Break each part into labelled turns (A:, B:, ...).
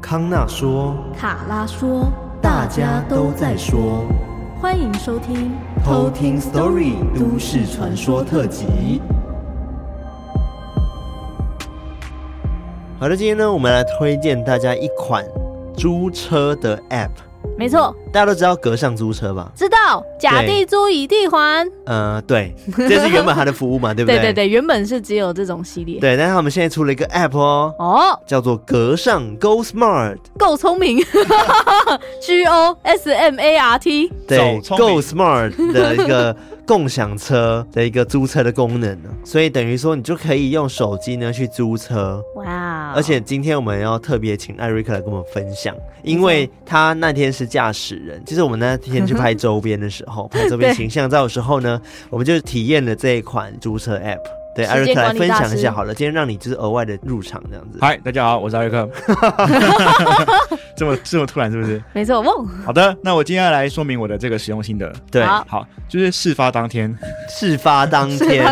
A: 康纳说，
B: 卡拉说，
A: 大家都在说，
B: 欢迎收听
A: 偷听 Story 都市传说特辑。好的，今天呢，我们来推荐大家一款租车的 App。
B: 没错，
A: 大家都知道格上租车吧？
B: 知道甲地租乙地还。
A: 呃， 对，这是原本它的服务嘛，对不
B: 对
A: 对？
B: 对对，原本是只有这种系列。
A: 对，但是他们现在出了一个 App 哦，
B: 哦，
A: 叫做格上 Go Smart。
B: 够聪明 ，G O S M A R T。
A: 对
C: 走聪明
A: ，Go Smart 的一个共享车的一个租车的功能呢，所以等于说你就可以用手机呢去租车。
B: 哇，
A: 而且今天我们要特别请艾瑞克来跟我们分享，因
B: 嗯
A: 为他那天是驾驶人。其实我们那天去拍周边的时候，拍周边
B: 对
A: 形象照的时候呢，我们就体验了这一款租车 App。对，艾
B: 时
A: 瑞
B: 间
A: 克来
B: 管理
A: 分
B: 大
A: 享一下
B: 师
A: 好了，今天让你就是额外的入场这样子。
C: 嗨，大家好，我是艾 瑞克。这么这么突然是不是？
B: 没错， 哇，
C: 好的，那我今天要来说明我的这个使用心得。
A: 对，
B: 好
C: 好，就是事发 当天，
A: 事发当 天，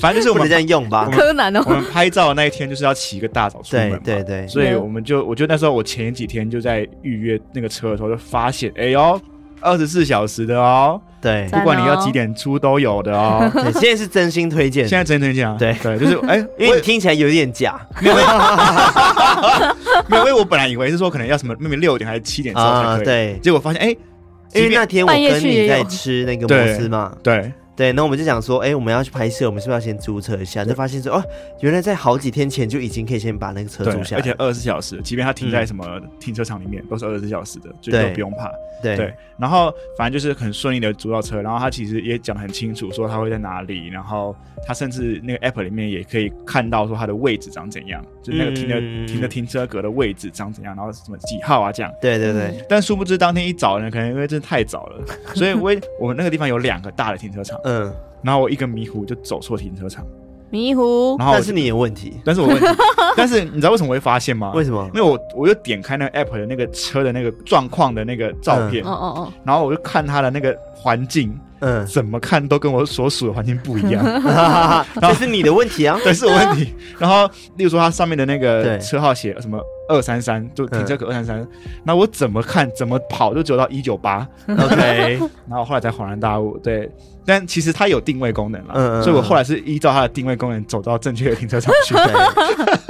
C: 反正就是
A: 不
C: 我
A: 能
C: 们
A: 这样用吧？
B: 柯南哦
C: 我，们拍照的那一天就是要起一个大早出门
A: 对
C: 嘛。
A: 对对，
C: 所以我们就，我就那时候我前几天就在预约那个车的时候，就发现，哎呦，二十四小时的哦，
A: 对
B: 赞
C: 不管你要几点出都有的哦。
A: 对，现在是真心推荐，
C: 现在真的讲，
A: 对
C: 对，就是哎，
A: 因为你听起来有点 假啊
C: 没有，没有没有，因为我本来以为是说可能要什么，妹妹六点还是七点之后才
A: 啊，
C: 可以，
A: 对，
C: 结果发现哎，
A: 因为
C: 即便
A: 那天我
B: 半夜
A: 跟
B: 去也
A: 你
B: 有
A: 在吃那个
C: 对
A: 摩斯嘛，
C: 对，
A: 对，那我们就想说，哎，我们要去拍摄，我们是不是要先租车一下？就发现说，哦，原来在好几天前就已经可以先把那个车
C: 对
A: 租下
C: 而且
A: 来，嗯
C: 二十四小时，即便它停在什么停车场里面，都是二十四小时的，就
A: 对
C: 都不用怕。
A: 对
C: 对，然后反正就是很顺利的租到车，然后他其实也讲哎得很清楚，说他会在哪里，然后他甚至那个 app 里面也可以看到说它的位置长怎样，就是那个停的、
A: 嗯
C: 停的停车格的位置长怎样，然后什么几号啊这样。
A: 对对对，
C: 但殊不知当天一早呢，可能因为真的太早 了，所以我也我们那个地方有两个大的停车场，
A: 嗯，
C: 然后我一个迷糊就走错停车场，
B: 迷糊，
C: 然
A: 哦
C: 后我
A: 但
C: 就是啊
A: 你有问题，
C: 但 是我问你，但是你知道为什么我会发现吗？
A: 为什么
C: 因？为我我又点开那个 app 的那个车的那个状况的那个照片，
B: 哦哦
C: 然后我就看它的那个环境，
A: 嗯，
C: 怎么看都跟我所属的环境不 一样，
A: 哈哈哈这是你的问题啊，
C: 对，是我问题。然后，例如说它上面的那
A: 对嗯
C: 个车号写什么二三三，就停车格二三三，那我怎么看怎么跑就只有到一 九八，OK。然后 后来才恍然大悟，对，但其实它有定位功能啦，
A: 嗯嗯嗯
C: 所以我后来是依照它的定位功能走到正确的停车场 去。
A: 对，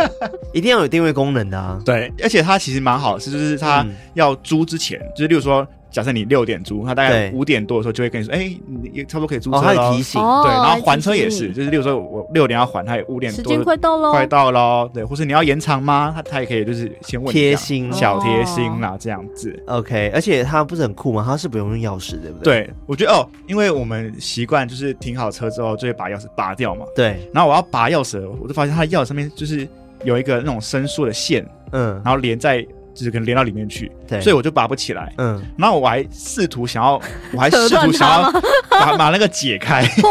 A: 一定要有定位功能的啊，
C: 对，而且它其实蛮好的，是就是它
A: 嗯
C: 要租之前，就是例如说，假设你六点租，它大概
A: 对
C: 五点多的时候就会跟你说，哎、你也差不多可 以租
A: 哦，
C: 车
A: 它
C: 了
A: 有
C: 哦。
A: 提
B: 哦
A: 醒，
B: 哦，
C: 对，然后
B: 来
C: 还
B: 提
C: 车也
B: 醒
C: 是，
B: 你
C: 就是例如说我六点要还，它五点
B: 时
C: 多
B: 间哦
C: 就
B: 快到喽，
C: 快到喽，对，或是你要延长吗？它它也可以就是先问你这
A: 贴
C: 样
A: 心哦
C: 小贴心啦，这样子。
A: ，OK，而且它不是很酷吗？它是不用用钥匙，对不对？
C: 对，我觉得哦，因为我们习惯就是停好车之后就会把钥匙拔掉嘛，
A: 对，
C: 然后我要拔钥匙，我就发现它的钥匙上面就是有一个那种伸缩的线，
A: 嗯，
C: 然后连在就是可能连到里面去，
A: 对，
C: 所以我就拔不起来。
A: 嗯，
C: 然后我还试图 想要，我还试
B: 扯断
C: 图想
B: 它
C: 要把把那个解开，
B: 破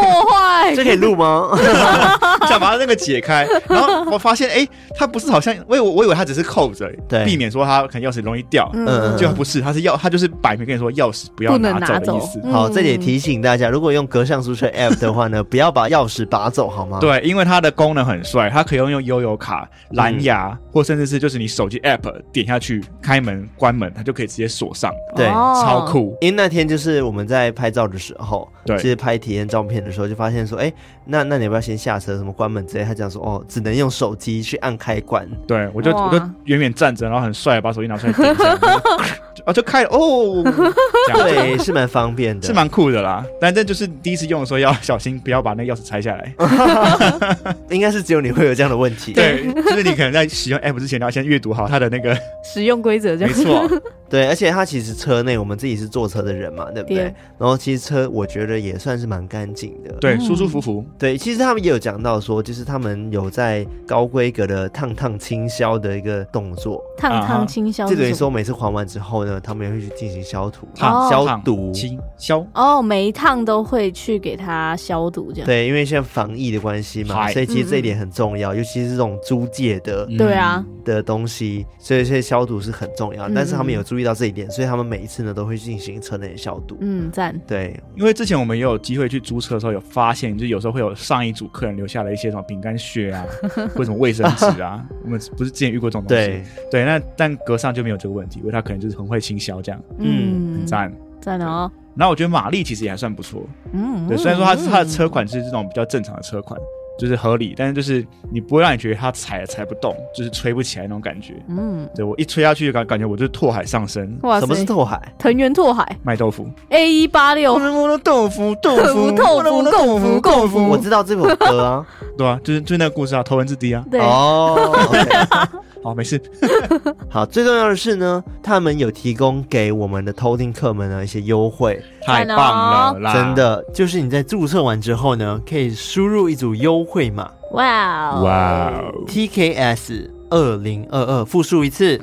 B: 坏
A: 这可以录吗？
C: 想把那个解开。然后我发现，哎、它不是好像，我以为我以为它只是扣着，
A: 对
C: 避免说它可能钥匙容易掉，
A: 嗯
C: 就不是，它是钥，它就是摆明跟你说钥匙不要
B: 不能拿
C: 走的意
B: 走
C: 思。
B: 嗯
A: 好，这里也提醒大家，如果用格上租车 App 的 话呢，不要把钥匙拔走，好吗？，
C: 对，因为它的功能很帅，它可以用悠游卡、蓝
A: 嗯
C: 牙，或甚至是就是你手机 App 点下去开门、关门，它就可以直接锁上，
A: 对
B: 哦
C: 超，酷。
A: 因为那天就是我们在拍照的时候，
C: 对
A: 就是拍体验照片的时候，就发现说，哎，那那你要不要先下车，什么关门之类？他讲说，哦，只能用手机去按开 关，
C: 对，我就
B: 哇
C: 我就远远站着，然后很帅，把手机拿出来点一下，然后就哦就开了哦，这样
A: 对，是蛮方便的，
C: 是？蛮酷的啦。但这就是第一次用的时候要小心，不要把那个钥匙拆下来。
A: 应该是只有你会有这样的问题，
C: 对，就是你可能在使用 app 之前，你要先阅读好它的那个，
B: 使用规则这
C: 没
B: 样，
C: 错，
A: 对，而且它其实车内我们自己是坐车的人嘛，对不对？
B: 对
A: 然后其实车我觉得也算是蛮干净的，
C: 对，
B: 嗯
C: 舒舒服服，
A: 对，其实他们也有讲到说，就是他们有在高规格的烫烫清消的一个动作，
B: 烫
C: 啊哈
B: 烫清消
A: 就是等于
B: 什么，
A: 说每次还完之后呢，他们也会去进行消毒、
B: 烫
A: 消毒。
C: 清消，
B: 哦，每一趟都会去给它消毒这样，
A: 对，因为现在防疫的关系嘛，
C: 嗨
A: 所以其实这一点很重要，尤其是这种租借的
B: 对啊
A: 的东西，所以这些消毒是很重要。
B: 嗯
A: 但是他们有注注意到这一点，所以他们每一次呢都会进行车内消毒。
B: 嗯，赞。
A: 对，
C: 因为之前我们也有机会去租车的时候，有发现，就有时候会有上一组客人留下了一些什么饼干屑啊，或者什么卫生纸啊，我们不是之前遇过这种东西？
A: 对，
C: 对，那但格上就没有这个问题，因为他可能就是很会清销这样，
A: 嗯
C: 很赞。
B: 赞哦。
C: 然后我觉得玛丽其实也还算不错，
B: 嗯，
C: 对，虽然说它它的车款是这种比较正常的车款，就是合理，但是就是你不会让你觉得它踩也踩不动，就是吹不起来那种感觉。
B: 嗯，
C: 对我一吹下去，感感觉我就是拓海上身，
B: 哇
A: 什么是
B: 塞，
A: 透海？
B: 藤原拓海
C: 卖豆腐，
B: A 一八
C: 我
B: 六，
C: 能我能豆腐豆
B: 腐豆腐豆腐豆腐
A: 我知道这首歌啊。
C: 对啊，就是就是那个故事啊，头文字 D 啊，
B: 对，
A: 哦，OK
C: 好没事，
A: 好，最重要的是呢，他们有提供给我们的偷听客们呢一些优惠，
C: 太
B: 赞哦
C: 棒了啦，
A: 真，的就是你在注册完之后呢，可以输入一组优惠码
B: 哇哦，
C: 哇哦
A: TKS 二零二二，复述一次，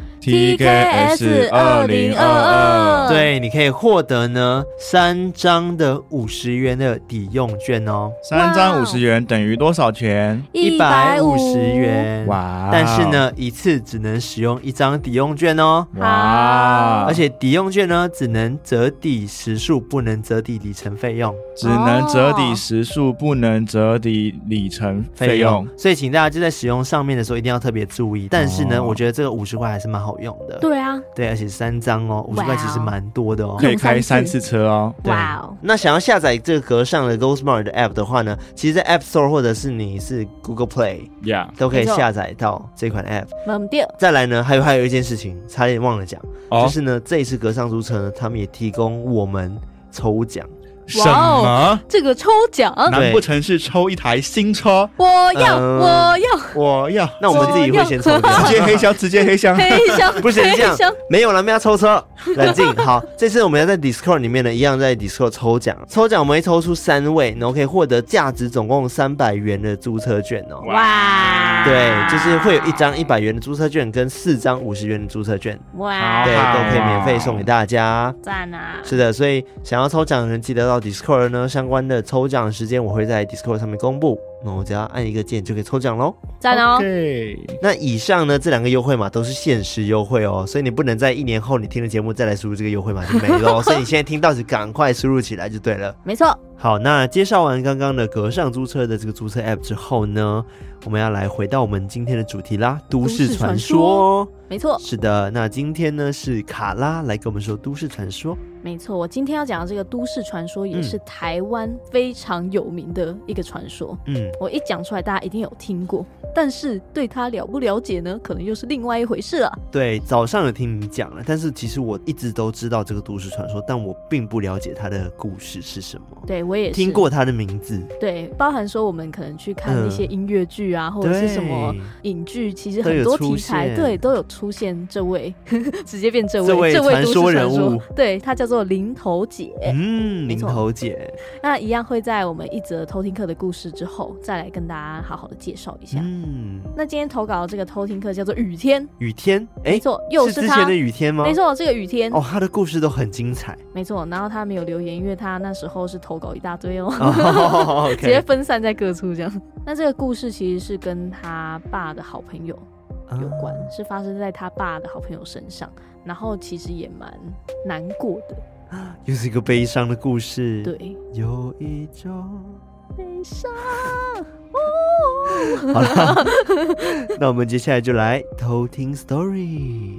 B: TKS 2022
C: 嗯
A: 对，你可以获得呢三张的五十元的抵用券哦，
C: 三张五十元等于多少钱？
A: 150，元。
C: 哇哦
A: 但是，呢，一次只能使用一张抵用券哦。
C: 哇，
A: 而且抵用券呢，只能折抵时数，不能折抵里程费用。
C: 只能折抵时数，不能折抵里程费用。，
A: 所以请大家就在使用上面的时候一定要特别注意。但是呢，
C: 哦
A: 我觉得这个五十块还是蛮好用的。
B: 对啊，
A: 对，而且三张哦，五十
B: 哇哦
A: 块其实蛮多的哦。
C: 可以开三次车哦。
A: 对
B: 哇哦，
A: 那想要下载这个格上的 Go Smart 的 App 的话呢，其实，在 App Store 或者是你是 Google Play
C: 呀，
A: 都可以
B: 没错
A: 下载到这款 App。
B: 猛掉，
A: 再来呢，还有还有一件事情，差点忘了讲，
C: 哦
A: 就，是呢，这一次格上租车呢，他们也提供我们抽奖。
C: 什么？
B: 这个抽奖，
C: 难不成是抽一台新车？
B: 我要，
A: 嗯
B: 我要
C: 我要
A: 那我们自己会先抽 奖，
C: 直接黑箱，直接 黑箱。
B: 黑箱，
A: 不行这
B: 黑
A: 样
B: 箱，
A: 没有了，没有抽车，冷静。好，这次我们要在 Discord 里面呢，一样在 Discord 抽奖，抽奖我们会抽出三位，然后可以获得价值总共三百元的租车券哦。
B: 哇，
A: 对，就是会有一张一百元的租车券跟四张五十元的租车券，
B: 哇，
A: 对，
C: 好
A: 都可以免费送给大家。
B: 赞啊，
A: 是的，所以想要抽奖的人记得到 Discord 呢，相关的抽奖时间我会在 Discord 上面公布。那我只要按一个键就可以抽奖喽。
B: 赞哦，
C: 对，
A: 那以上呢，这两个优惠码都是限时优惠哦，所以你不能在一年后你听了节目再来输入这个优惠码就没了哦。 所以你现在听到就赶快输入起来就对了。
B: 没错，
A: 好，那介绍完刚刚的格上租车的这个租车 app 之后呢，我们要来回到我们今天的主题啦，都市传说。
B: 没错，
A: 是的，那今天呢是卡拉来跟我们说都市传说。
B: 没错。我今天要讲的这个都市传说，也
A: 嗯
B: 是台湾非常有名的一个传说。
A: 嗯，
B: 我一讲出来，大家一定有听过，但是对它了不了解呢，可能又是另外一回事啊了。
A: 对，早上有听你讲了，但是其实我一直都知道这个都市传说，但我并不了解它的故事是什么，
B: 对我也是
A: 听，过它的名字，
B: 对，包含说我们可能去看
A: 嗯
B: 一些音乐剧啊，或者是什么
A: 对
B: 影剧，其实
A: 都有
B: 很多
A: 出
B: 题材
A: 现
B: 对都有出现这位， 直接变这位
A: 这位
B: 这位
A: 传
B: 都市
A: 说
B: 传
A: 人物
B: 对，她叫做林头姐。
A: 嗯，
B: 没
A: 零
B: 错
A: 头姐，
B: 那一样会在我们一则偷听课的故事之后，再来跟大家好好的介绍一下。
A: 嗯，
B: 那今天投稿的这个偷听课叫做雨天，
A: 雨天，哎
B: 没，错，又
A: 之
B: 他
A: 前的，雨天吗？
B: 没，错，这个雨天，
A: 哦，他的故事都很精 彩，
B: 没错。然后他没有留言，因为他那时候是投稿一大堆哦，
A: 哦
B: 直接
A: ，OK，
B: 分散在各处这样。那这个故事其实是跟他爸的好朋友
A: 啊
B: 有关，是发生在他爸的好朋友身上，然后其实也蛮难过的，
A: 啊又是一个悲伤的故事，，
B: 对，
A: 有一种，
B: 悲伤。
A: 好了，那我们接下来就来偷听 story。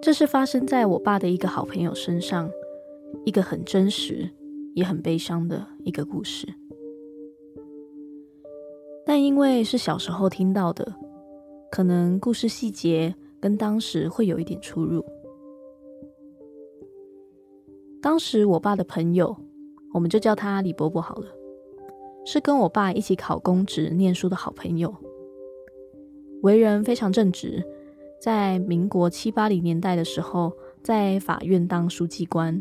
B: 这是发生在我爸的一个好朋友身上，一个很真实也很悲伤的一个故事。但因为是小时候听到的，可能故事细节跟当时会有一点出入。当时我爸的朋友，我们就叫他李伯伯好了，是跟我爸一起考公职、念书的好朋友，为人非常正直，在民国七八零年代的时候，在法院当书记官，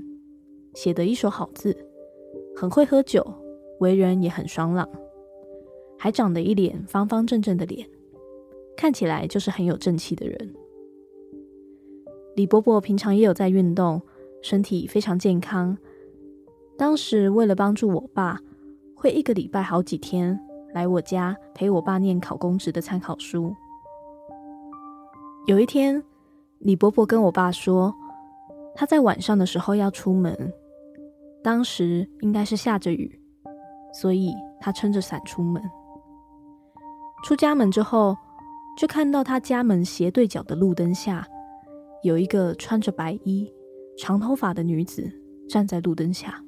B: 写得一手好字，很会喝酒，为人也很爽朗，还长得一脸方方正正的脸，看起来就是很有正气的人。李伯伯平常也有在运动，身体非常健康。当时为了帮助我爸，会一个礼拜好几天来我家陪我爸念考公职的参考书。有一天，李伯伯跟我爸说，他在晚上的时候要出门，当时应该是下着雨，所以他撑着伞出门。出家门之后，就看到他家门斜对角的路灯下，有一个穿着白衣、长头发的女子站在路灯下。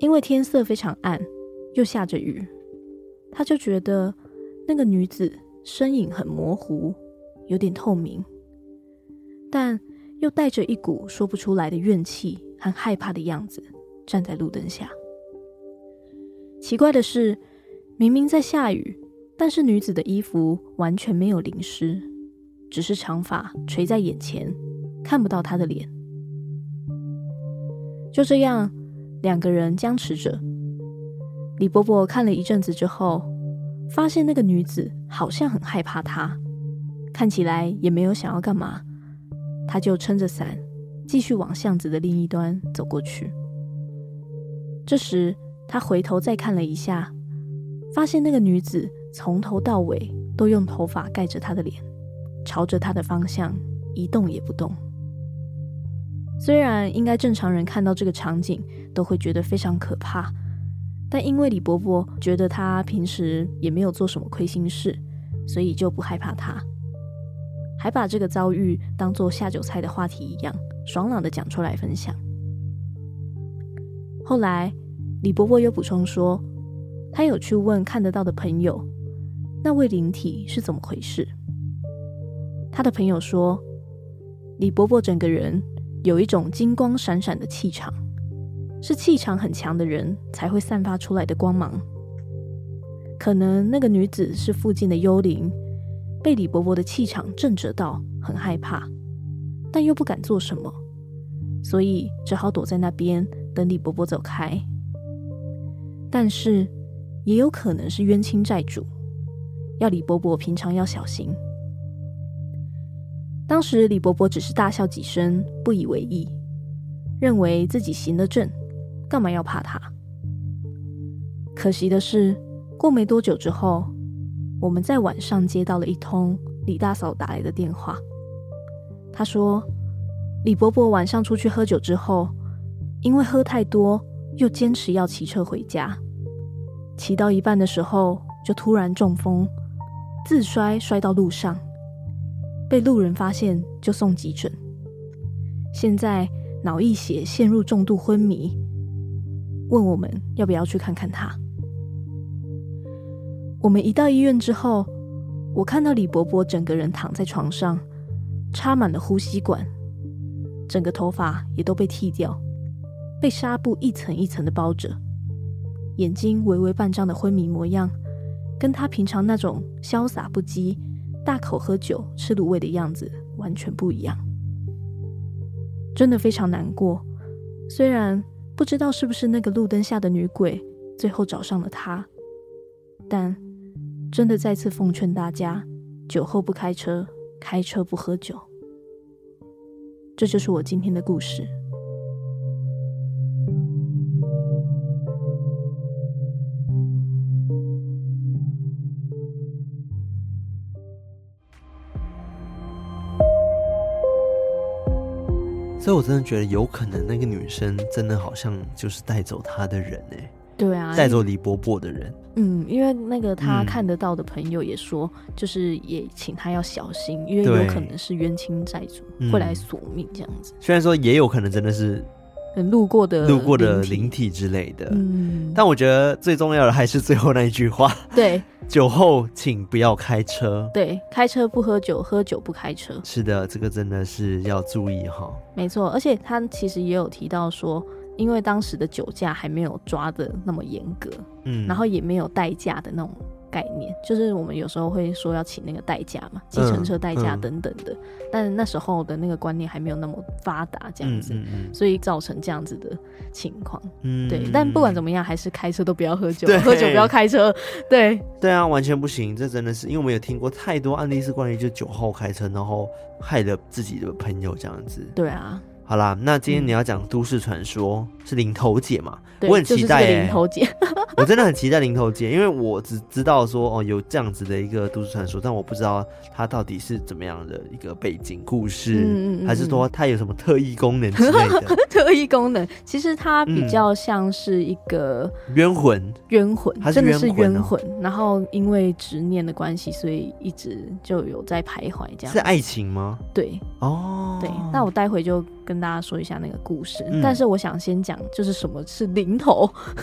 B: 因为天色非常暗，又下着雨，他就觉得那个女子身影很模糊，有点透明，但又带着一股说不出来的怨气和害怕的样子，站在路灯下。奇怪的是。明明在下雨，但是女子的衣服完全没有淋湿，只是长发垂在眼前，看不到她的脸。就这样，两个人僵持着。李伯伯看了一阵子之后，发现那个女子好像很害怕他，看起来也没有想要干嘛，他就撑着伞继续往巷子的另一端走过去。这时，他回头再看了一下。发现那个女子从头到尾都用头发盖着她的脸，朝着她的方向一动也不动。虽然应该正常人看到这个场景都会觉得非常可怕，但因为李伯伯觉得他平时也没有做什么亏心事，所以就不害怕他，还把这个遭遇当做下酒菜的话题一样，爽朗的讲出来分享。后来，李伯伯又补充说。他有去问看得到的朋友，那位灵体是怎么回事？他的朋友说，李伯伯整个人有一种金光闪闪的气场，是气场很强的人才会散发出来的光芒。可能那个女子是附近的幽灵，被李伯伯的气场震慑到，很害怕，但又不敢做什么，所以只好躲在那边等李伯伯走开。但是。也有可能是冤亲债主，要李伯伯平常要小心。当时李伯伯只是大笑几声，不以为意，认为自己行得正，干嘛要怕他？可惜的是，过没多久之后，我们在晚上接到了一通李大嫂打来的电话，她说李伯伯晚上出去喝酒之后，因为喝太多，又坚持要骑车回家。骑到一半的时候，就突然中风，自摔摔到路上，被路人发现就送急诊。现在脑溢血陷入重度昏迷，问我们要不要去看看他。我们一到医院之后，我看到李伯伯整个人躺在床上，插满了呼吸管，整个头发也都被剃掉，被纱布一层一层的包着。眼睛微微半张的昏迷模样，跟他平常那种潇洒不羁、大口喝酒、吃卤味的样子完全不一样，真的非常难过。虽然不知道是不是那个路灯下的女鬼最后找上了他，但真的再次奉劝大家：酒后不开车，开车不喝酒。这就是我今天的故事。
A: 所以，我真的觉得有可能那个女生真的好像就是带走他的人哎、
B: 对啊，
A: 带走李伯伯的人。
B: 嗯，因为那个他
C: 嗯
B: 看得到的朋友也说，就是也请他要小心，因为
A: 对
B: 有可能是冤亲债主
A: 嗯
B: 会来索命这样子。
A: 虽然说也有可能真的是
B: 嗯，路过的
A: 路过的
B: 呃灵
A: 灵
B: 体，
A: 体之类的，
B: 嗯，
A: 但我觉得最重要的还是最后那一句话：
B: 对
A: 酒后请不要开车。
B: 对，开车不喝酒，喝酒不开车，
A: 是的，这个真的是要注意哈。
B: 没错。而且他其实也有提到说，因为当时的酒驾还没有抓的那么严格，
A: 嗯，
B: 然后也没有代驾的那种概念，就是我们有时候会说要请那个代驾嘛，计程车代驾
A: 嗯
B: 等等的，但那时候的那个观念还没有那么发达，这样
A: 嗯
B: 子。
A: 嗯嗯
B: 所以造成这样子的情况，
A: 嗯
B: 对。但不管怎么样，还是开车都不要 喝酒
A: 对，
B: 喝酒不要开车，对，
A: 对啊，完全不行，这真的是因为我们有听过太多案例是关于就酒后开车，然后害了自己的朋友这样子。
B: 对啊，
A: 好啦，那今天你要讲都市传说、
B: 嗯
A: 是零头姐 嘛？
B: 对，
A: 我很
B: 就
A: 期
B: 是这
A: 待欸
B: 个
A: 耶、
B: 零头姐，
A: 我真的很期待零头姐，因为我只知道说哦有这样子的一个都市传说，但我不知道它到底是怎么样的一个背景故事，
B: 嗯嗯嗯
A: 还是说它有什么特异功能之类的
B: 特异功能，其实它
A: 嗯
B: 比较像是一个
A: 冤魂？
B: 冤魂，
A: 它是
B: 真的是
A: 冤魂哦
B: 冤魂。然后因为执念的关系，所以一直就有在徘徊这样
A: 是。啊爱情吗？
B: 对
A: 哦，
B: 对，那我待会就跟大家说一下那个故事。
A: 嗯
B: 但是我想先讲，就是什么是零头，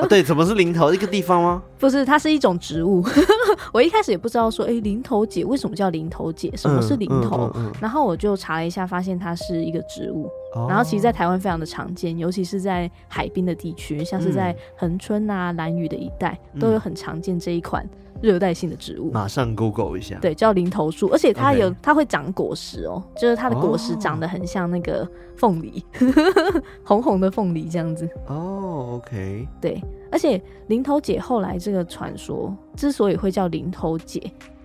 A: 哦对，怎么是零头一个地方吗？
B: 不是它是一种植物。 我一开始也不知道说，哎、零头姐为什么叫零头姐？ 什么是零头？
A: 嗯嗯嗯
B: 然后我就查了一下，发现它是一个植物。
A: 嗯
B: 然后其实，在台湾非常的常见，尤其是在海滨的地区，像是
A: 嗯
B: 在恒春啊、兰屿的一带，都有很常见这一款热带性的植物。
A: 马上 Google 一下。
B: 对，叫零头树，而且它
A: OK
B: 有它会长果实哦，就是它的果实
A: 哦
B: 长得很像那个凤梨， 红红的凤梨这样子。
A: 哦，OK，
B: 对，而且零头姐后来这个传说之所以会叫零头姐，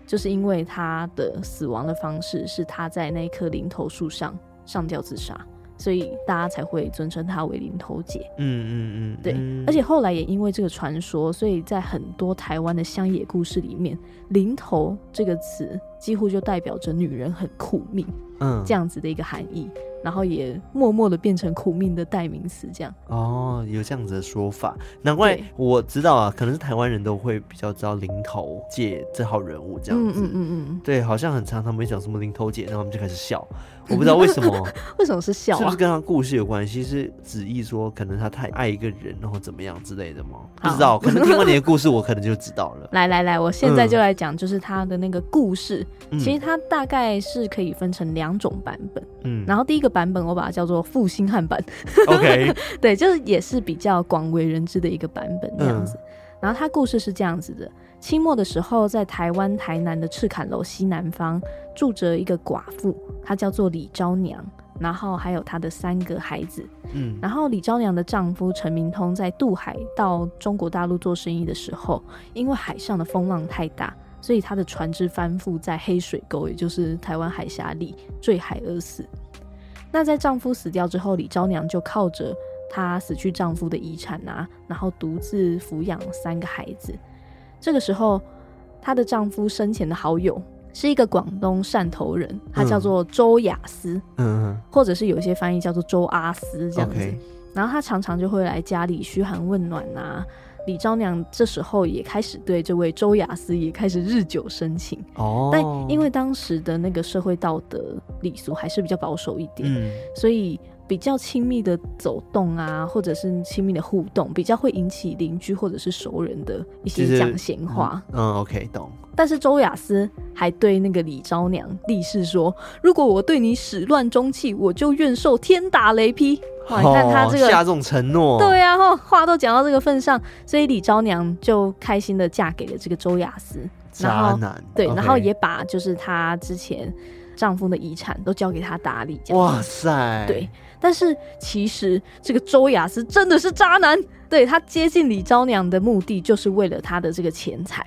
B: 就是因为她的死亡的方式是她在那一棵零头树上上吊自杀，所以大家才会尊称她为零头姐。
A: 嗯嗯嗯，
B: 对
A: 嗯
B: 而且后来也因为这个传说，所以在很多台湾的乡野故事里面，“零头”这个词几乎就代表着女人很苦命
A: 嗯
B: 这样子的一个含义，然后也默默的变成苦命的代名词，这样。
A: 哦，有这样子的说法，难怪
B: 对
A: 我知道啊，可能是台湾人都会比较知道零头姐这号人物这样
B: 嗯
A: 子。
B: 嗯嗯
A: 对，好像很常他们讲什么零头姐，然后我们就开始笑，我不知道为什 么，
B: 嗯，为什么是笑
A: 是不
B: 啊
A: 是？跟他故事有关系？是旨意说可能他太爱一个人，然后怎么样之类的吗？不知道，可能听过你的故事，我可能就知道了。
B: 来来来，我现在就来讲，就是它的那个故事。
A: 嗯
B: 其实它大概是可以分成两种版本，
A: 嗯
B: 然后第一个版本我把它叫做负心汉版，
A: ，OK，
B: 对，就是也是比较广为人知的一个版本
A: 嗯
B: 这样子。然后它故事是这样子的：清末的时候，在台湾台南的赤坎楼西南方住着一个寡妇，她叫做李昭娘，然后还有她的三个孩子。
A: 嗯
B: 然后李昭娘的丈夫陈明通在渡海到中国大陆做生意的时候，因为海上的风浪太大，所以他的船只翻覆在黑水沟，也就是台湾海峡里坠海而死。那在丈夫死掉之后，李昭娘就靠着她死去丈夫的遗产啊，然后独自抚养三个孩子。这个时候，她的丈夫生前的好友是一个广东汕头人，他叫做周雅思。
A: 嗯
B: 或者是有一些翻译叫做周阿斯这样子。
A: OK
B: 然后他常常就会来家里嘘寒问暖啊。李昭娘这时候也开始对这位周雅思也开始日久生情，
A: 哦，
B: 但因为当时的那个社会道德礼俗还是比较保守一点，
A: 嗯
B: 所以比较亲密的走动啊，或者是亲密的互动，比较会引起邻居或者是熟人的一
A: 就是
B: 些讲闲话。
A: 嗯，OK，懂。
B: 但是周雅思还对那个李昭娘立誓说：“如果我对你始乱终弃，我就愿受天打雷劈。”哇，你看他这
A: 哦下这
B: 个，
A: 种承诺，
B: 对呀、啊，话都讲到这个份上，所以李昭娘就开心的嫁给了这个周雅思，然
A: 渣
B: 后
A: 男，
B: 对，
A: OK
B: 然后也把就是她之前丈夫的遗产都交给她打理，这样
A: 哇塞，
B: 对，，但是其实这个周雅思真的是渣男，对他接近李昭娘的目的就是为了他的这个钱财。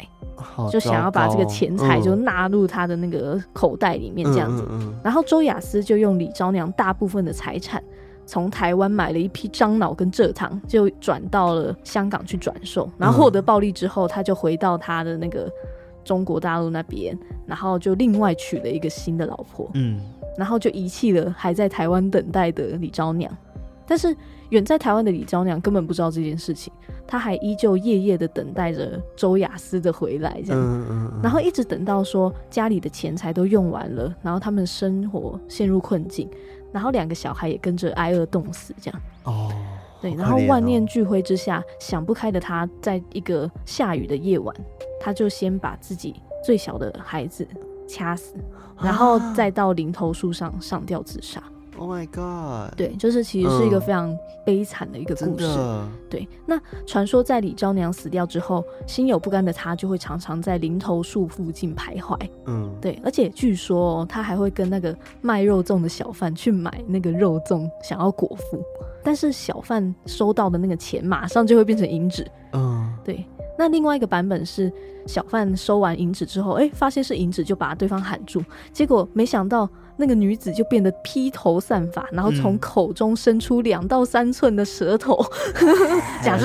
A: 哦
B: 就想要把这个钱财就纳入他的那个口袋里面这样子。
A: 嗯嗯嗯
B: 然后周雅思就用李昭娘大部分的财产，从台湾买了一批樟脑跟蔗糖，就转到了香港去转售。然后获得暴利之后，他就回到他的那个中国大陆那边，然后就另外娶了一个新的老婆。
A: 嗯
B: 然后就遗弃了还在台湾等待的李昭娘。但是远在台湾的李昭娘根本不知道这件事情，她还依旧夜夜的等待着周雅思的回来，这样。
A: 嗯嗯嗯，
B: 然后一直等到说家里的钱财都用完了，然后他们生活陷入困境，然后两个小孩也跟着挨饿冻死，这样。
A: 哦，
B: 对，
A: 好
B: 然后
A: 可怜
B: 万
A: 哦
B: 念俱灰之下，想不开的他，在一个下雨的夜晚，他就先把自己最
A: 啊
B: 小的孩子掐死，然后再到林头树上上吊自杀。
A: Oh my god！
B: 对，就是其实是一个
A: 嗯
B: 非常悲惨的一个
A: 真
B: 故事。
A: 的，
B: 对，那传说在李昭娘死掉之后，心有不甘的她就会常常在林头树附近徘徊。
A: 嗯，
B: 对，而且据说、哦、她还会跟那个卖肉粽的小贩去买那个肉粽，想要果腹。但是小贩收到的那个钱马上就会变成银纸。
A: 嗯，
B: 对，那另外一个版本是小贩收完银纸之后，哎，发现是银纸就把对方喊住，结果没想到。那个女子就变得披头散发，然后从
C: 嗯
B: 口中伸出两到三寸的舌头，讲
A: 嗯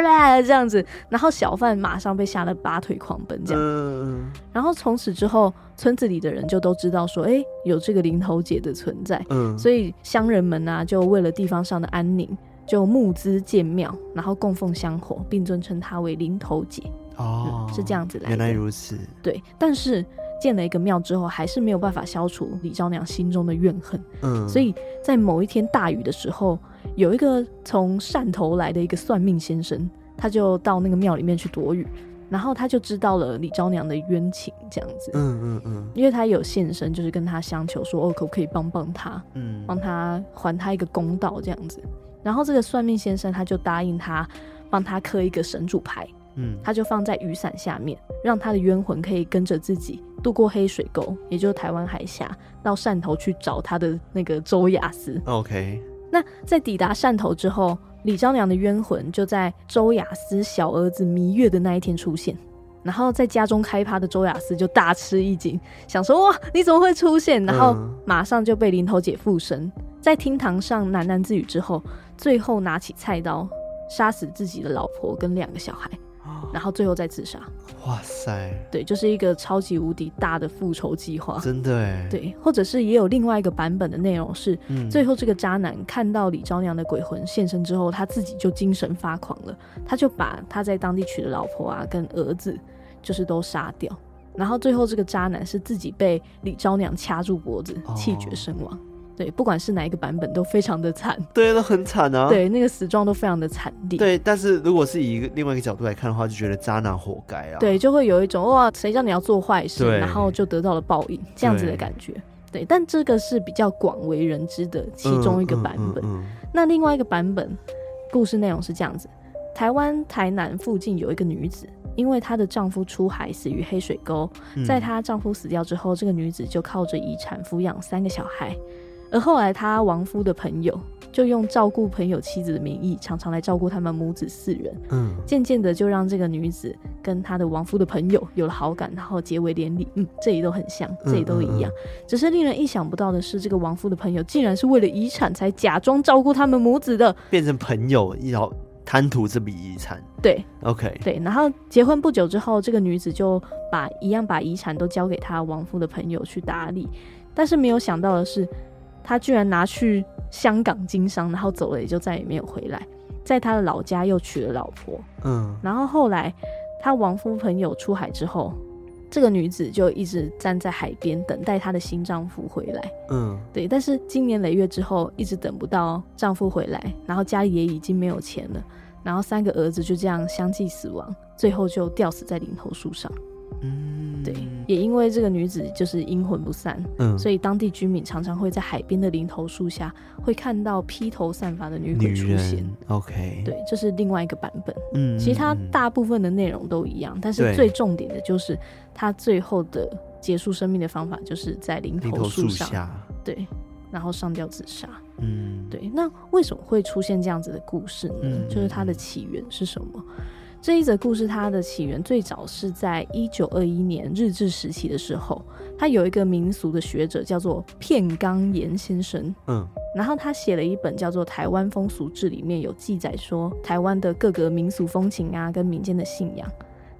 B: 这样子，然后小贩马上被吓得拔腿狂奔这样。
A: 嗯
B: 然后从此之后，村子里的人就都知道说，哎，有这个林头姐的存在，
A: 嗯，
B: 所以乡人们啊，就为了地方上的安宁，就募资建庙，然后供奉香火，并尊称她为林头姐，
A: 哦、
B: 嗯是这样子来的
A: 原来如此，
B: 对，但是。建了一个庙之后，还是没有办法消除李昭娘心中的怨恨，
A: 嗯，
B: 所以在某一天大雨的时候，有一个从汕头来的一个算命先生，他就到那个庙里面去躲雨，然后他就知道了李昭娘的冤情，这样子。
A: 嗯，嗯嗯
B: 因为他有现身，就是跟他相求说，哦，可不可以帮帮他，
A: 嗯
B: 帮
A: 嗯，
B: 他还他一个公道这样子。然后这个算命先生他就答应他，帮他刻一个神主牌，
A: 嗯，
B: 他就放在雨伞下面，让他的冤魂可以跟着自己渡过黑水沟，也就是台湾海峡，到汕头去找他的那个周亚斯。
A: OK，
B: 那在抵达汕头之后，李昭娘的冤魂就在周雅思小儿子弥月的那一天出现。然后在家中开趴的周雅思就大吃一惊，想说哇你怎么会出现？然后
A: 嗯
B: 马上就被林头姐附身，在厅堂上喃喃自语之后，最后拿起菜刀杀死自己的老婆跟两个小孩，然后最后再自杀。
A: 哇塞，
B: 对，就是一个超级无敌大的复仇计划。
A: 真的哎，，
B: 对，或者是也有另外一个版本的内容是，
A: 嗯，
B: 最后，这个渣男看到李昭娘的鬼魂现身之后，他自己就精神发狂了，他就把他在当地娶的老婆啊跟儿子，就是都杀掉。然后最后这个渣男是自己被李昭娘掐住脖子
A: 哦，
B: 气绝身亡。对，不管是哪一个版本都非常的惨，
A: 对，都很惨啊，。
B: 对，那个死状都非常的惨烈。
A: 对，啊但是如果是以一个另外一个角度来看的话，就觉得渣男活该啊。
B: 对，就会有一种哇，谁叫你要做坏事，
A: 对
B: 然后就得到了报应这样子的感觉。对，但这个是比较广为人知的其
A: 嗯，
B: 中一个
A: 嗯
B: 版本。
A: 嗯
B: 那另外一个版本，故事内容是这样子：台湾台南附近有一个女子，因为她的丈夫出海死于黑水沟，
A: 嗯
B: 在她丈夫死掉之后，这个女子就靠着遗产抚养三个小孩。而后来，她亡夫的朋友就用照顾朋友妻子的名义，常常来照顾他们母子四人。
A: 嗯，
B: 渐渐的，就让这个女子跟她的亡夫的朋友有了好感，然后结为连理。嗯，这里都很像，这里都一样。只是令人意想不到的是，这个亡夫的朋友竟然是为了遗产才假装照顾他们母子的。
A: 变成朋友要贪图这笔遗产。
B: 对
A: OK，
B: 对，然后结婚不久之后，这个女子就把一样把遗产都交给她亡夫的朋友去打理，但是没有想到的是，她居然拿去香港经商，然后走了也就再也没有回来，在她的老家又娶了老婆。
A: 嗯，
B: 然后后来她亡夫朋友出海之后，这个女子就一直站在海边等待她的新丈夫回来。
A: 嗯，
B: 对，但是经年累月之后，一直等不到丈夫回来，然后家里也已经没有钱了，然后三个儿子就这样相继死亡，最后就吊死在林头树上。
A: 嗯，
B: 对，也因为这个女子就是阴魂不散，
A: 嗯，
B: 所以当地居民常常会在海边的林头树下会看到披头散发的女
A: 女
B: 鬼出现
A: 人。OK，，
B: 对，这是另外一个版本。
A: 嗯，
B: 其实它
A: 嗯
B: 大部分的内容都一样，但是
A: 对
B: 最重点的就是它最后的结束生命的方法就是在林
A: 嗯
B: 头
A: 树
B: 树上，
A: 下，
B: 对，然后上吊自杀。
A: 嗯，，
B: 对，那为什么会出现这样子的故事呢？
A: 嗯
B: 就是它的起源是什么？这一则故事它的起源最早是在一九二一年日治时期的时候，它有一个民俗的学者叫做片冈岩先生，
A: 嗯
B: 然后他写了一本叫做《台湾风俗志》，里面有记载说台湾的各个民俗风情啊，跟民间的信仰。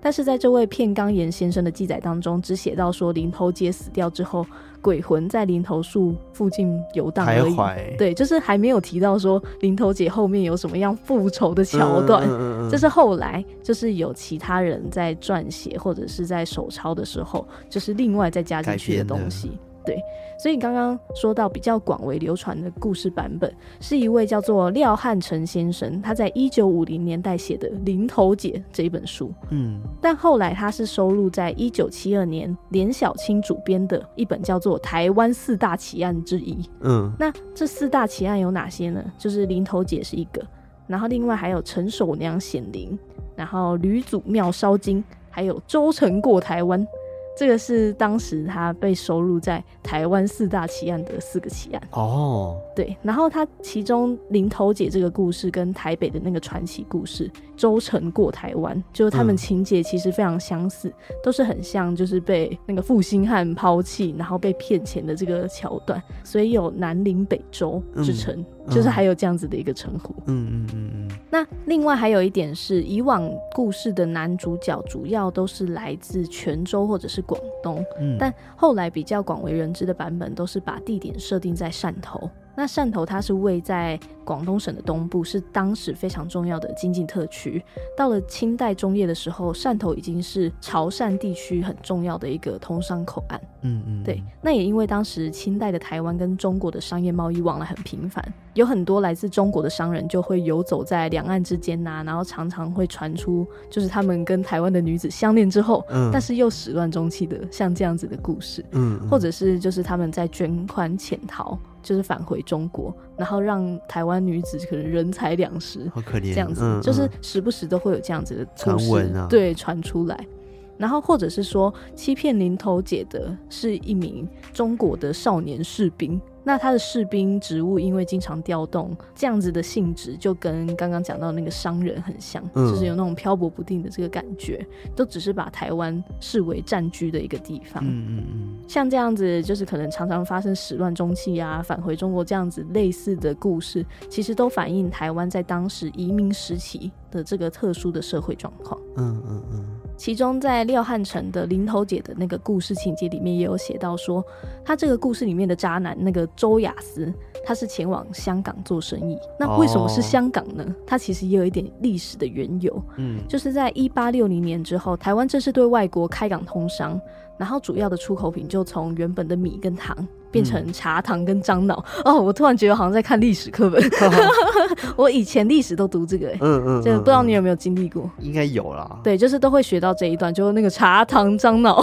B: 但是在这位片冈岩先生的记载当中，只写到说林头街死掉之后，鬼魂在林头树附近游荡
A: 徘
B: 而已。
A: 徊，
B: 对，就是还没有提到说林头姐后面有什么样复仇的桥段。
A: 嗯嗯嗯嗯
B: 这是后来，就是有其他人在撰写或者是在手抄的时候，就是另外再加进去的东西。对，所以刚刚说到比较广为流传的故事版本，是一位叫做廖汉成先生他在一九五零年代写的《林头姐》这一本书，
A: 嗯，
B: 但后来它是收录在一九七二年连小青主编的一本叫做《台湾四大奇案》之一。
A: 嗯
B: 那这四大奇案有哪些呢？就是林头姐是一个，然后另外还有陈守娘显灵，然后吕祖庙烧金，还有周成过台湾。这个是当时他被收录在台湾四大奇案的四个奇案。
A: 哦，
B: 对，然后他其中林头姐这个故事跟台北的那个传奇故事《周成过台湾》，就是他们
A: 嗯
B: 情节其实非常相似，都是很像就是被那个负心汉抛弃，然后被骗钱的这个桥段，所以有南林北周之称，
A: 嗯
B: 就是还有这样子的一个称呼。
A: 嗯嗯嗯嗯，
B: 那另外还有一点是，以往故事的男主角主要都是来自泉州或者是广东，
A: 嗯
B: 但后来比较广为人知的版本都是把地点设定在汕头。那汕头它是位在广东省的东部，是当时非常重要的经济特区。到了清代中叶的时候，汕头已经是潮汕地区很重要的一个通商口岸。
A: 嗯嗯
B: 对，那也因为当时清代的台湾跟中国的商业贸易往来很频繁，有很多来自中国的商人就会游走在两岸之间呐、然后常常会传出就是他们跟台湾的女子相恋之后，
A: 嗯
B: 但是又始乱终弃的像这样子的故事，
A: 嗯，
B: 或者是就是他们在卷款潜逃，就是返回中国，然后让台湾女子可能人财两失，
A: 好可怜，
B: 这样子，
A: 嗯
B: 就是时不时都会有这样子的故
A: 传
B: 事
A: 闻啊
B: 对传出来。然后或者是说，欺骗林头姐的是一名中国的少年士兵。那他的士兵职务因为经常调动，这样子的性质就跟刚刚讲到那个商人很像，
A: 嗯
B: 就是有那种漂泊不定的这个感觉，都只是把台湾视为占据的一个地方。
A: 嗯嗯嗯
B: 像这样子，就是可能常常发生始乱终弃啊，返回中国这样子类似的故事，其实都反映台湾在当时移民时期的这个特殊的社会状况。
A: 嗯嗯嗯
B: 其中，在廖汉成的林头姐的那个故事情节里面，也有写到说，他这个故事里面的渣男那个周雅思，他是前往香港做生意。那为什么是
A: 哦
B: 香港呢？他其实也有一点历史的缘由。
A: 嗯
B: 就是在一八六零年之后，台湾正式对外国开港通商，然后主要的出口品就从原本的米跟糖变成茶糖跟樟脑。哦，我突然觉得好像在看历史课本，我以前历史都读这个、欸，
A: 嗯嗯，
B: 就不知道你有没有经历过。
A: 应该有啦，
B: 对，就是都会学到这一段，就是那个茶糖樟脑。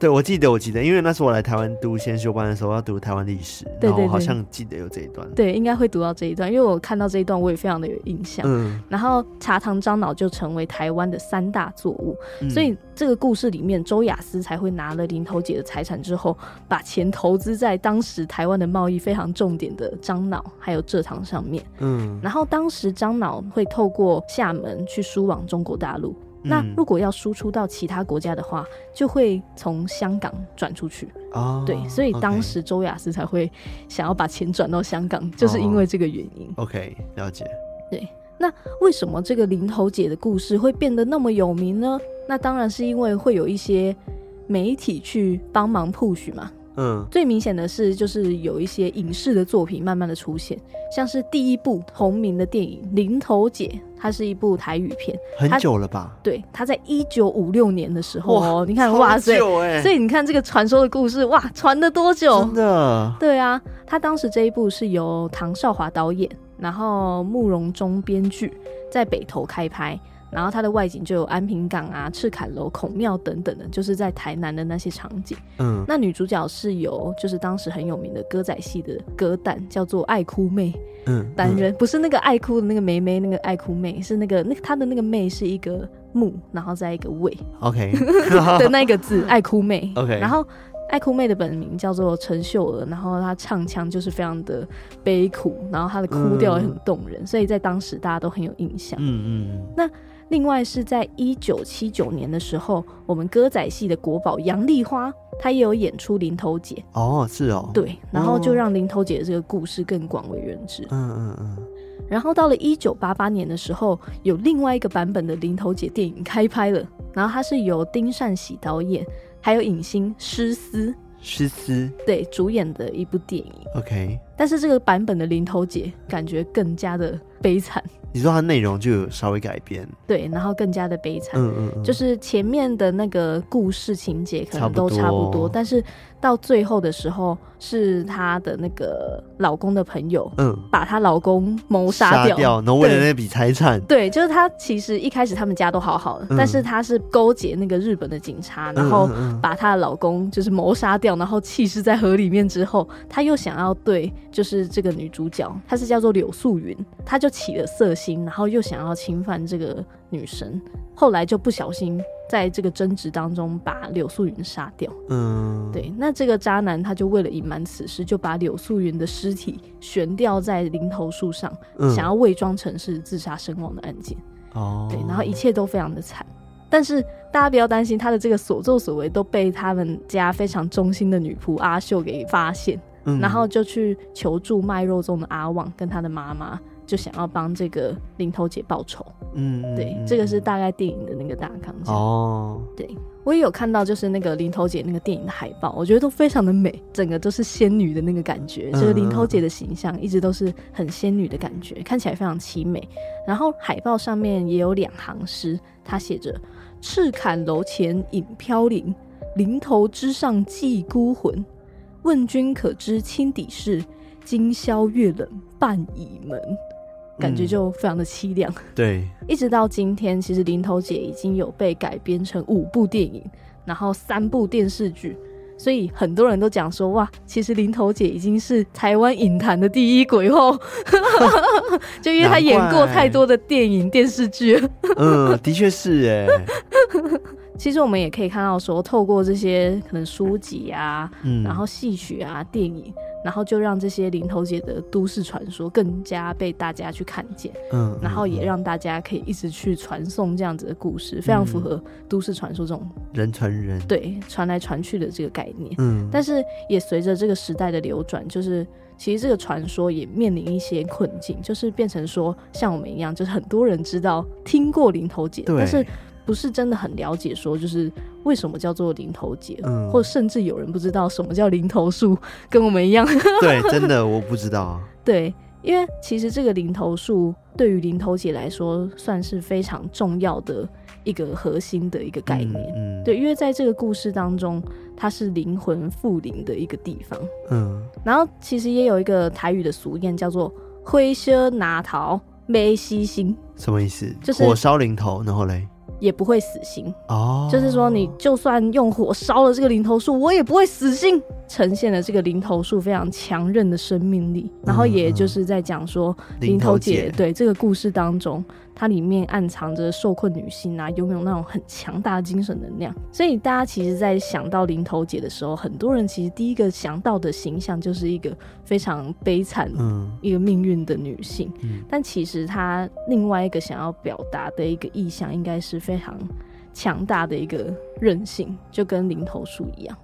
A: 对，我记得我记得，因为那时候我来台湾读先修班的时候要读台湾历史，
B: 对
A: 然后
B: 对
A: 我好
B: 对
A: 像记得有这一段，
B: 对，应该会读到这一段，因为我看到这一段我也非常的有印象。
A: 嗯，
B: 然后茶糖樟脑就成为台湾的三大作物，
A: 嗯
B: 所以这个故事里面，周雅思才会拿了林头姐的财产之后，把钱投资在当时台湾的贸易非常重点的樟脑还有蔗糖上面。
A: 嗯，
B: 然后当时樟脑会透过厦门去输往中国大陆，那
A: 嗯
B: 如果要输出到其他国家的话，就会从香港转出去。
A: 哦，
B: 对，所以当
A: OK
B: 时周雅思才会想要把钱转到香港，
A: 哦
B: 就是因为这个原因。
A: OK 了解，
B: 那为什么这个林头姐的故事会变得那么有名呢？那当然是因为会有一些媒体去帮忙 push 嘛。
A: 嗯
B: 最明显的是，就是有一些影视的作品慢慢的出现，像是第一部同名的电影《林头姐》，它是一部台语片。
A: 很
B: 他
A: 久了吧？
B: 对，它在一九五六年的时候哦，你看，
A: 超
B: 哇塞，
A: 久欸
B: 所以你看这个传说的故事，哇，传了多久？
A: 真的，
B: 对啊，他当时这一部是由唐少华导演，然后慕容忠编剧，在北投开拍。然后它的外景就有安平港啊、赤坎楼、孔庙等等的，就是在台南的那些场景。
A: 嗯，
B: 那女主角是由就是当时很有名的歌仔戏的歌旦，叫做爱哭妹
A: 嗯，
B: 担
A: 嗯
B: 任，不是那个爱哭的那个梅梅，那个爱哭妹是那个那她的那个妹是一个木，然后再一个魏
A: 嗯 OK
B: 的那个字，爱哭妹。
A: OK
B: 然后爱哭妹的本名叫做陈秀娥，然后她唱腔就是非常的悲苦，然后她的哭调也很动人，所以在当时大家都很有印象。
A: 嗯嗯
B: 另外是在一九七九年的时候，我们歌仔戏的国宝杨丽花，她也有演出林头姐，
A: 嗯，哦，是哦，，
B: 对，然后就
A: 哦
B: 让林头姐的这个故事更广为人知。
A: 嗯嗯嗯，
B: 然后到了一九八八年的时候，有另外一个版本的《林头姐》电影开拍了，然后它是由丁善喜导演，还有影星施思
A: 诗思
B: 对主演的一部电影。
A: ，OK，
B: 但是这个版本的林头姐感觉更加的悲惨，
A: 你说它内容就有稍微改变，
B: 对，然后更加的悲惨。
A: 嗯嗯嗯，
B: 就是前面的那个故事情节可能都差
A: 差
B: 不
A: 不
B: 多，
A: 多
B: 但是到最后的时候，是她的那个老公的朋友
A: 嗯
B: 把她老公谋杀掉。
A: 然后为了
B: 对
A: 那笔财产，
B: 对，就是她其实一开始他们家都好好的，
A: 嗯
B: 但是她是勾结那个日本的警察，然后
A: 嗯嗯嗯
B: 把她的老公就是谋杀掉，然后弃尸在河里面之后，她又想要对就是这个女主角，她是叫做柳素云，她就起了色心，然后又想要侵犯这个女神，后来就不小心在这个争执当中把柳素云杀掉。
A: 嗯，
B: 对，那这个渣男他就为了隐瞒此事，就把柳素云的尸体悬吊在林头树上，
A: 嗯
B: 想要伪装成是自杀身亡的案件。
A: 哦，
B: 对，然后一切都非常的惨。但是大家不要担心，他的这个所作所为都被他们家非常忠心的女仆阿秀给发现，
A: 嗯
B: 然后就去求助卖肉粽的阿旺跟他的妈妈，就想要帮这个林头姐报仇。
A: 嗯，嗯
B: 对，
A: 嗯
B: 这个是大概电影的那个大纲。哦，
A: 哦，
B: 我也有看到，就是那个林头姐那个电影的海报，我觉得都非常的美，整个都是仙女的那个感觉，就是林头姐的形象一直都是很仙女的感觉，看起来非常凄美。然后海报上面也有两行诗，它写着“赤坎楼前影飘零，林头之上寄孤魂。问君可知青底事，今宵月冷半倚门。”感觉
A: 嗯
B: 就非常的凄凉。
A: 对，
B: 一直到今天，其实林头姐已经有被改编成五部电影，然后三部电视剧，所以很多人都讲说，哇，其实林头姐已经是台湾影坛的第一鬼后，就因为她演过太多的电影电视剧了。
A: 嗯，的确是哎，
B: 其实我们也可以看到说，透过这些可能书籍啊，
A: 嗯，
B: 然后戏曲啊、电影，然后就让这些林头姐的都市传说更加被大家去看见。
A: 嗯，
B: 然后
A: 嗯
B: 也让大家可以一直去传颂这样子的故事，非常
A: 嗯
B: 符合都市传说这种
A: 人传人，，
B: 对传来传去的这个概念。
A: 嗯，
B: 但是也随着这个时代的流转，就是其实这个传说也面临一些困境，就是变成说像我们一样，就是很多人知道听过林头姐，
A: 对，
B: 但是不是真的很了解说就是为什么叫做林头姐，
A: 嗯
B: 或甚至有人不知道什么叫林头树，跟我们一样。
A: 对，真的我不知道，
B: 对，因为其实这个零头树对于零头姐来说，算是非常重要的一个核心的一个 概念。
A: 嗯，嗯
B: 对，，因为在这个故事当中，它是灵魂附灵的一个地方。
A: 嗯，
B: 然后其实也有一个台语的俗谚叫做“灰靴拿桃，没西心
A: 什么意思？
B: 就是
A: 火烧零头，然后嘞，”，
B: 也不会死心。
A: 哦，
B: 就是说，你就算用火烧了这个零头树，我也不会死心。呈现了这个零头树非常强韧的生命力，然后也就是在讲说，
A: 零
B: 嗯林
A: 头
B: 头
A: 姐
B: 姐，对这个故事当中，它里面暗藏着受困女性啊，拥有那种很强大的精神能量。所以大家其实，在想到林头姐的时候，很多人其实第一个想到的形象就是一个非常悲惨、
A: 嗯
B: 一个命运的女性。
A: 嗯
B: 但其实她另外一个想要表达的一个意象，应该是非常强大的一个韧性，就跟林头树一样。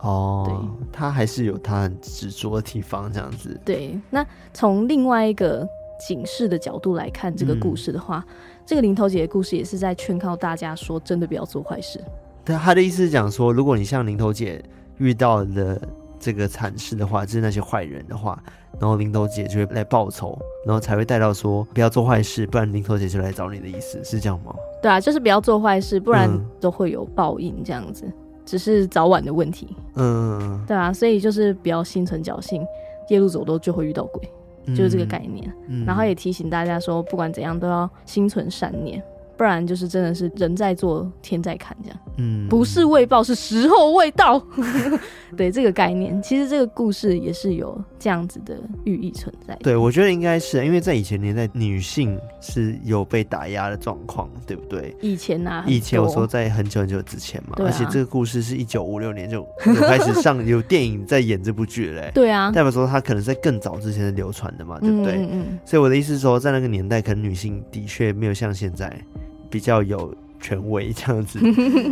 A: 哦，他还是有他很执着的地方，这样子，
B: 对，那从另外一个警示的角度来看这
A: 嗯
B: 个故事的话，这个林头姐的故事也是在劝告大家说，真的不要做坏事。
A: 他他的意思是讲说，如果你像零头姐遇到了这个惨事的话，就是那些坏人的话，然后零头姐就会来报仇，然后才会带到说不要做坏事，不然零头姐就来找你的意思，是这样吗？
B: 对啊，就是不要做坏事，不然
A: 嗯
B: 都会有报应这样子，只是早晚的问题。
A: 嗯，
B: 对啊，所以就是不要心存侥幸，夜路走多就会遇到鬼，
A: 嗯
B: 就是这个概，念。
A: 嗯
B: 然后也提醒大家说，不管怎样都要心存善念。不然就是真的是人在做天在看这样，
A: 嗯
B: 不是未报是时候 未到，对这个概念，其实这个故事也是有这样子的寓意存在的。
A: 对，我觉得应该是因为在以前年代，女性是有被打压的状况，对不对？
B: 以前啊，很
A: 以前我
B: 多
A: 说在很久很久之前嘛，
B: 对啊
A: 而且这个故事是一九五六年就有开始上有电影在演这部剧欸嘞、
B: 对啊，
A: 代表说它可能在更早之前是流传的嘛，对不对？
B: 嗯嗯
A: 所以我的意思是说，在那个年代，可能女性的确没有像现在比较 有权威这样子，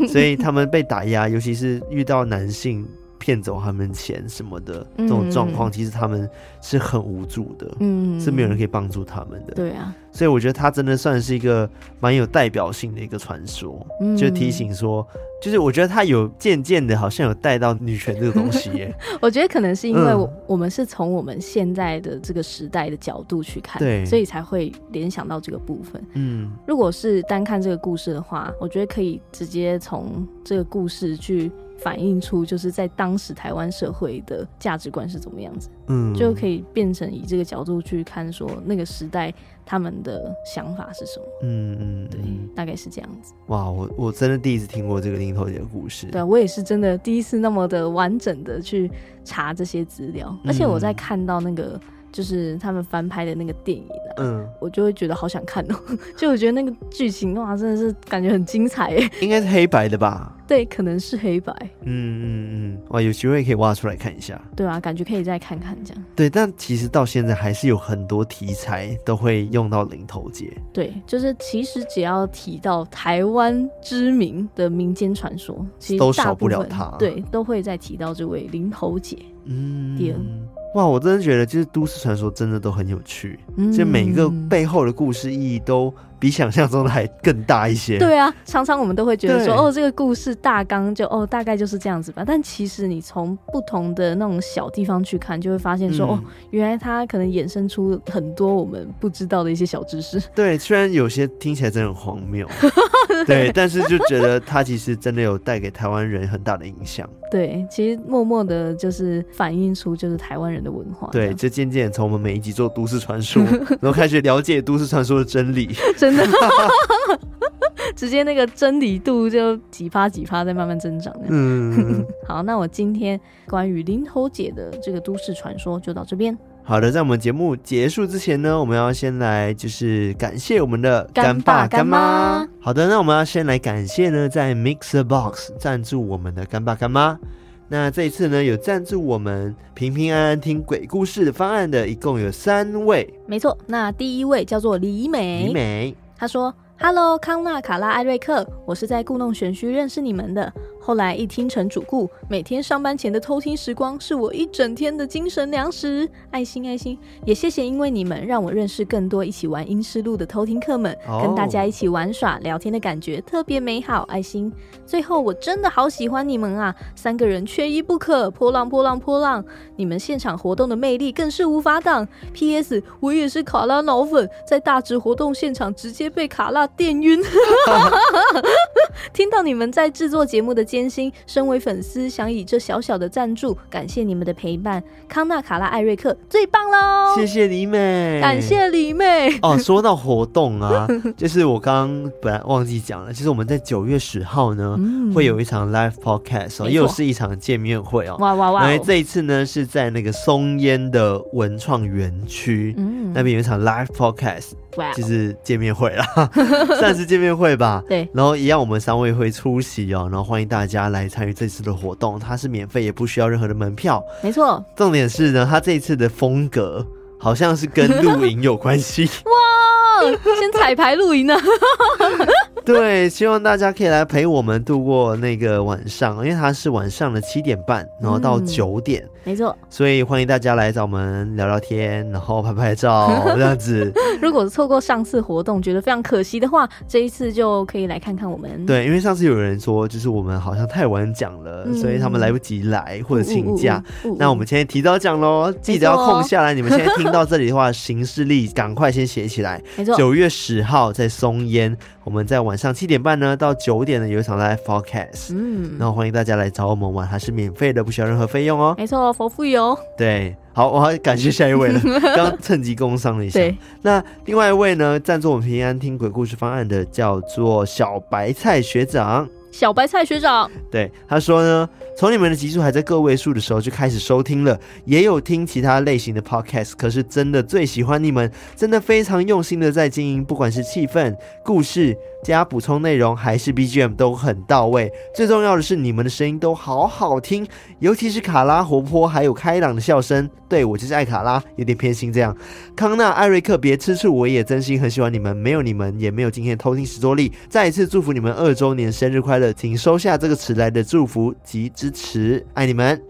A: 所以他们被打压，尤其是遇到男性。骗走他们钱什么的
B: 嗯
A: 这种状况，其实他们是很无助的，
B: 嗯，
A: 是没有人可以帮助他们的。
B: 对啊，
A: 所以我觉得他真的算是一个蛮有代表性的一个传说，
B: 嗯
A: 就提醒说，就是我觉得他有渐渐的好像有带到女权这个东西 耶，
B: 我觉得可能是因为
A: 嗯
B: 我我们是从我们现在的这个时代的角度去看，
A: 对
B: 所以才会联想到这个部分。
A: 嗯
B: 如果是单看这个故事的话，我觉得可以直接从这个故事去反映出，就是在当时台湾社会的价值观是怎么样子，
A: 嗯，
B: 就可以变成以这个角度去看，说那个时代他们的想法是什么，
A: 嗯嗯
B: 对
A: 嗯，
B: 大概是这样子。
A: 哇，我我真的第一次听过这个零头姐的故事，
B: 对啊，我也是真的第一次那么的完整的去查这些资料，
A: 嗯
B: 而且我在看到那个就是他们翻拍的那个电影啊。
A: 嗯，
B: 我就会觉得好想看哦， 就我觉得那个剧情哇，真的是感觉很精彩耶。
A: 应该是黑白的吧？
B: 对，可能是黑白，
A: 嗯嗯嗯，哇，有机会可以挖出来看一下。
B: 对啊，感觉可以再看看这样。
A: 对，但其实到现在还是有很多题材都会用到零头节。
B: 对，就是其实只要提到台湾知名的民间传说，其实
A: 都
B: 大
A: 少不
B: 部
A: 了
B: 分
A: 她
B: 对，都会再提到这位林头姐。
A: 嗯
B: 对，
A: 哇，我真的觉得就是都市传说真的都很有趣，
B: 嗯
A: 就每一个背后的故事意义都比想象中的还更大一些。，
B: 对啊，常常我们都会觉得说，
A: 对
B: 哦，这个故事大纲就哦，大概就是这样子吧。但其实你从不同的那种小地方去看，就会发现说，
A: 嗯
B: 哦，原来它可能衍生出很多我们不知道的一些小知识。
A: 对，虽然有些听起来真的很荒 谬，对，但是就觉得它其实真的有带给台湾人很大的影响。
B: 对，其实默默的就是反映出就是台湾人的文化。
A: 对，就渐渐从我们每一集做都市传 说，然后开始了解都市传说的真理。
B: 真的， 直接那个真理度就几趴几趴在慢慢增长这样。
A: 嗯。
B: 好，那我今天关于林头姐的这个都市传说就到这边。
A: 好的，在我们节目结束之前呢，我们要先来就是感谢我们的
B: 干爸干妈
A: 干好的，那我们要先来感谢呢，在 Mixer Box 赞助我们的干爸干妈。那这一次呢，有赞助我们平平安安听鬼故事的方案的，一共有三位。
B: 没错，那第一位叫做李
A: 李美，
B: 他说：“Hello，康纳、卡拉、艾瑞克，我是在故弄玄虚认识你们的。后来一听成主顾，每天上班前的偷听时光是我一整天的精神粮食，爱心爱心。也谢谢因为你们让我认识更多一起玩阴湿路的偷听客们
A: 哦
B: 跟大家一起玩耍聊天的感觉特别美好，爱心。最后我真的好喜欢你们啊，三个人缺一不可，波浪波浪波浪。你们现场活动的魅力更是无法挡。P.S. 我也是卡拉脑粉，在大直活动现场直接被卡拉电晕。 听到你们在制作节目的艰辛，身为粉丝，想以这小小的赞助感谢你们的陪伴。康纳、卡拉、艾瑞克，最棒喽！
A: 谢谢李美，
B: 哦感。谢李妹。
A: 哦，说到活动啊，就是我刚刚本来忘记讲了，就是我们在九月十号呢、
B: 嗯
A: 会有一场 live podcast 哦，
B: 没错
A: 又是一场见面会哦。
B: 哇哇哇
A: 因为
B: 哦！
A: 这一次呢是在那个松烟的文创园区。
B: 嗯
A: 那边有一场 live podcast，
B: 哇哦
A: 就是见面会啦， 算是见面会吧。
B: 对
A: 然后一样，我们三位会出席哦，然后欢迎大家来参与这次的活动，它是免费，也不需要任何的门票。
B: 没错，
A: 重点是呢，它这一次的风格好像是跟露营有关系，
B: 哦先彩排露营呢。
A: 对，希望大家可以来陪我们度过那个晚上，因为它是晚上的七点半，然后到
B: 嗯
A: 九点，
B: 没错，
A: 所以欢迎大家来找我们聊聊天，然后拍拍照 这样子。
B: 如果错过上次活动觉得非常可惜的话，这一次就可以来看看我们。
A: 对，因为上次有人说，就是我们好像太晚讲了，
B: 嗯
A: 所以他们来不及来或者请假。
B: 呜。呜呜呜
A: 那我们今天提早讲喽，记得要空下来。你们现在听到这里的话，行事历赶快先写起来。
B: 没错，
A: 九月十号在松烟，我们在晚上七点半呢到九点呢有一场 live podcast，、
B: 嗯，
A: 然后欢迎大家来找我们玩，还是免费的，不需要任何费用哦。
B: 没错，佛富有，
A: 对，好，我要感谢下一位了，刚趁机工商了一下。
B: 对，
A: 那另外一位呢，赞助我们平安听鬼故事方案的叫做小白菜学长。
B: 小白菜学长，
A: 对，他说呢，从你们的集数还在个位数的时候就开始收听了，也有听其他类型的 podcast，可是真的最喜欢你们，真的非常用心的在经营，不管是气氛、故事、加补充内容还是 BGM 都很到位。最重要的是你们的声音都好好听，尤其是卡拉活泼还有开朗的笑声。对我就是爱卡拉，有点偏心这样。康纳、艾瑞克，别吃醋，我也真心很喜欢你们，没有你们也没有今天的偷听十多力。再一次祝福你们二周年生日快乐，请收下这个迟来的祝福及支持，爱你们。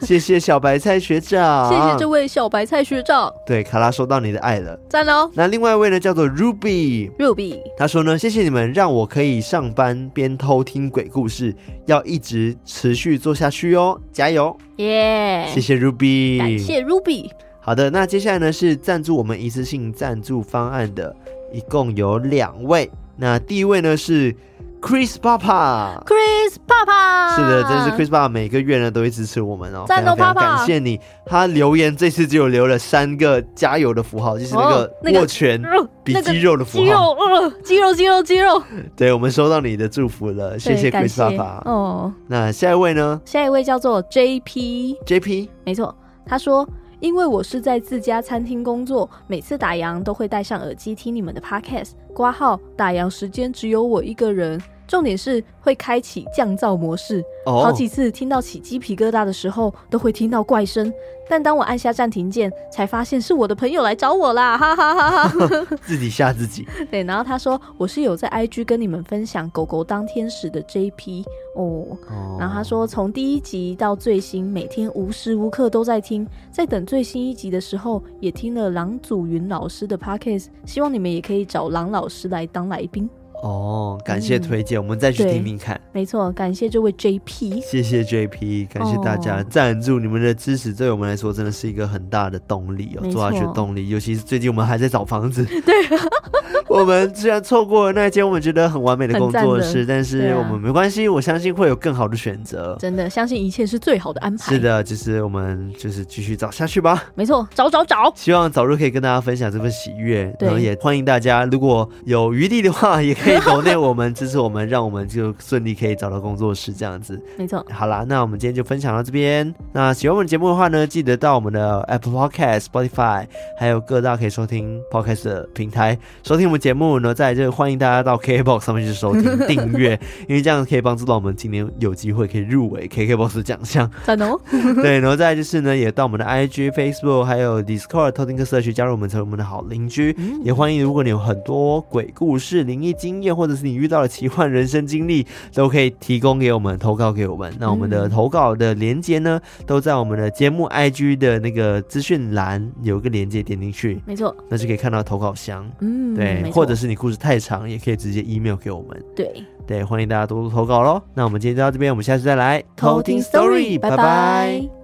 A: 谢谢小白菜学长，
B: 谢谢 这位小白菜学长，
A: 对卡拉收到你的爱了。
B: 赞哦
A: 那另外一位呢，叫做 Ruby，
B: ，Ruby，
A: 他说呢，谢谢你们让我可以上班边偷听鬼故事，要一直持续做下去哦，加油！
B: 耶、
A: 谢谢 Ruby，
B: 感谢 Ruby，
A: 好的，那接下来呢是赞助我们一次性赞助方案的，一共有两位。那第一位呢是 Chris
B: 啊
A: Papa。
B: Chris 爸爸，
A: 是的，真是 Chris Papa 每个月呢都会支持我们哦，非
B: 赞
A: 常
B: 哦
A: 非常
B: 爸爸
A: 感谢你。他留言这次只有留了三个加油的符号，就是那
B: 哦那
A: 个
B: 个
A: 握拳、
B: 呃
A: 比
B: 那个
A: 肌肉的符
B: 肌
A: 号。
B: 肉，呃，肌肉，肌肉，肌肉，
A: 对，我们收到你的祝福了，谢谢
B: 对感
A: Chris 爸爸。
B: 哦，
A: 那下一位呢
B: 下一位叫做 JP，
A: ？JP，
B: 没错，他说。因为我是在自家餐厅工作，每次打烊都会戴上耳机听你们的 podcast。挂号打烊时间只有我一个人，重点是会开启降噪模式，
A: 哦，
B: 好几次听到起鸡皮疙瘩的时候，都会听到怪声。但当我按下暂停键，才发现是我的朋友来找我啦， 哈哈哈哈！
A: 自己吓自己。
B: 对，然后他说我是有在 IG 跟你们分享狗狗当天使的 JP 哦。
A: 哦
B: 然后他说，从第一集到最新，每天无时无刻都在听，在等最新一集的时候，也听了郎祖云老师的 podcast，希望你们也可以找郎老师来当来宾。
A: 哦，感谢
B: 嗯
A: 推荐，我们再去
B: 对
A: 听听看。
B: 没错，感谢这位 JP。
A: 谢谢 JP，感谢大家
B: 哦
A: 赞助，你们的支持对我们来说真的是一个很大的动力哦，
B: 没
A: 做下去的
B: 错
A: 动力。尤其是最近我们还在找房 子，对， 我们虽然错过了那间我们觉得很完美的
B: 很
A: 工
B: 赞
A: 作
B: 的
A: 室，但
B: 对
A: 是
B: 啊
A: 我们没关系，我相信会有更好的选择。
B: 真的相信一切是最好的安排。
A: 是，的，就是我们就是继续找下去吧。
B: 没错，找找找。
A: 希望早日可以跟大家分享这份喜悦，
B: 对
A: 然后也欢迎大家，如果有余地的话，也可以抖内我们支持我们，让我们就顺利可以找到工作室这样子。
B: 没错，
A: 好啦，那我们今天就分享到这边。那喜欢我们节目的话呢，记得到我们的 Apple Podcast、Spotify，还有各大可以收听 Podcast 的平台收听我们节目呢。再来就是欢迎大家到 KBox 上面去收听订阅，因为这样可以帮助到我们今年有机会可以入围 KKBox 的奖项。
B: 赞哦，
A: 对，然后再来就是呢，也到我们的 IG、Facebook 还有 Discord 偷听客社区加入我们，成为我们的好邻居。
B: 嗯
A: 也欢迎，如果你有很多鬼故事、灵异经验，或者是你遇到的奇幻人生经历，都可以提供给我们，投稿给我们。那我们的
B: 嗯
A: 投稿的连接呢，都在我们的节目 IG 的那个资讯栏有一个连接，点进去，
B: 没错，
A: 那就可以看到投稿箱。
B: 嗯，
A: 对，
B: 没错
A: 或者是你故事太长，也可以直接 email 给我们。
B: 对，
A: 对，欢迎大家多多投稿喽。那我们今天就到这边，我们下次再来
B: 偷听 story，拜拜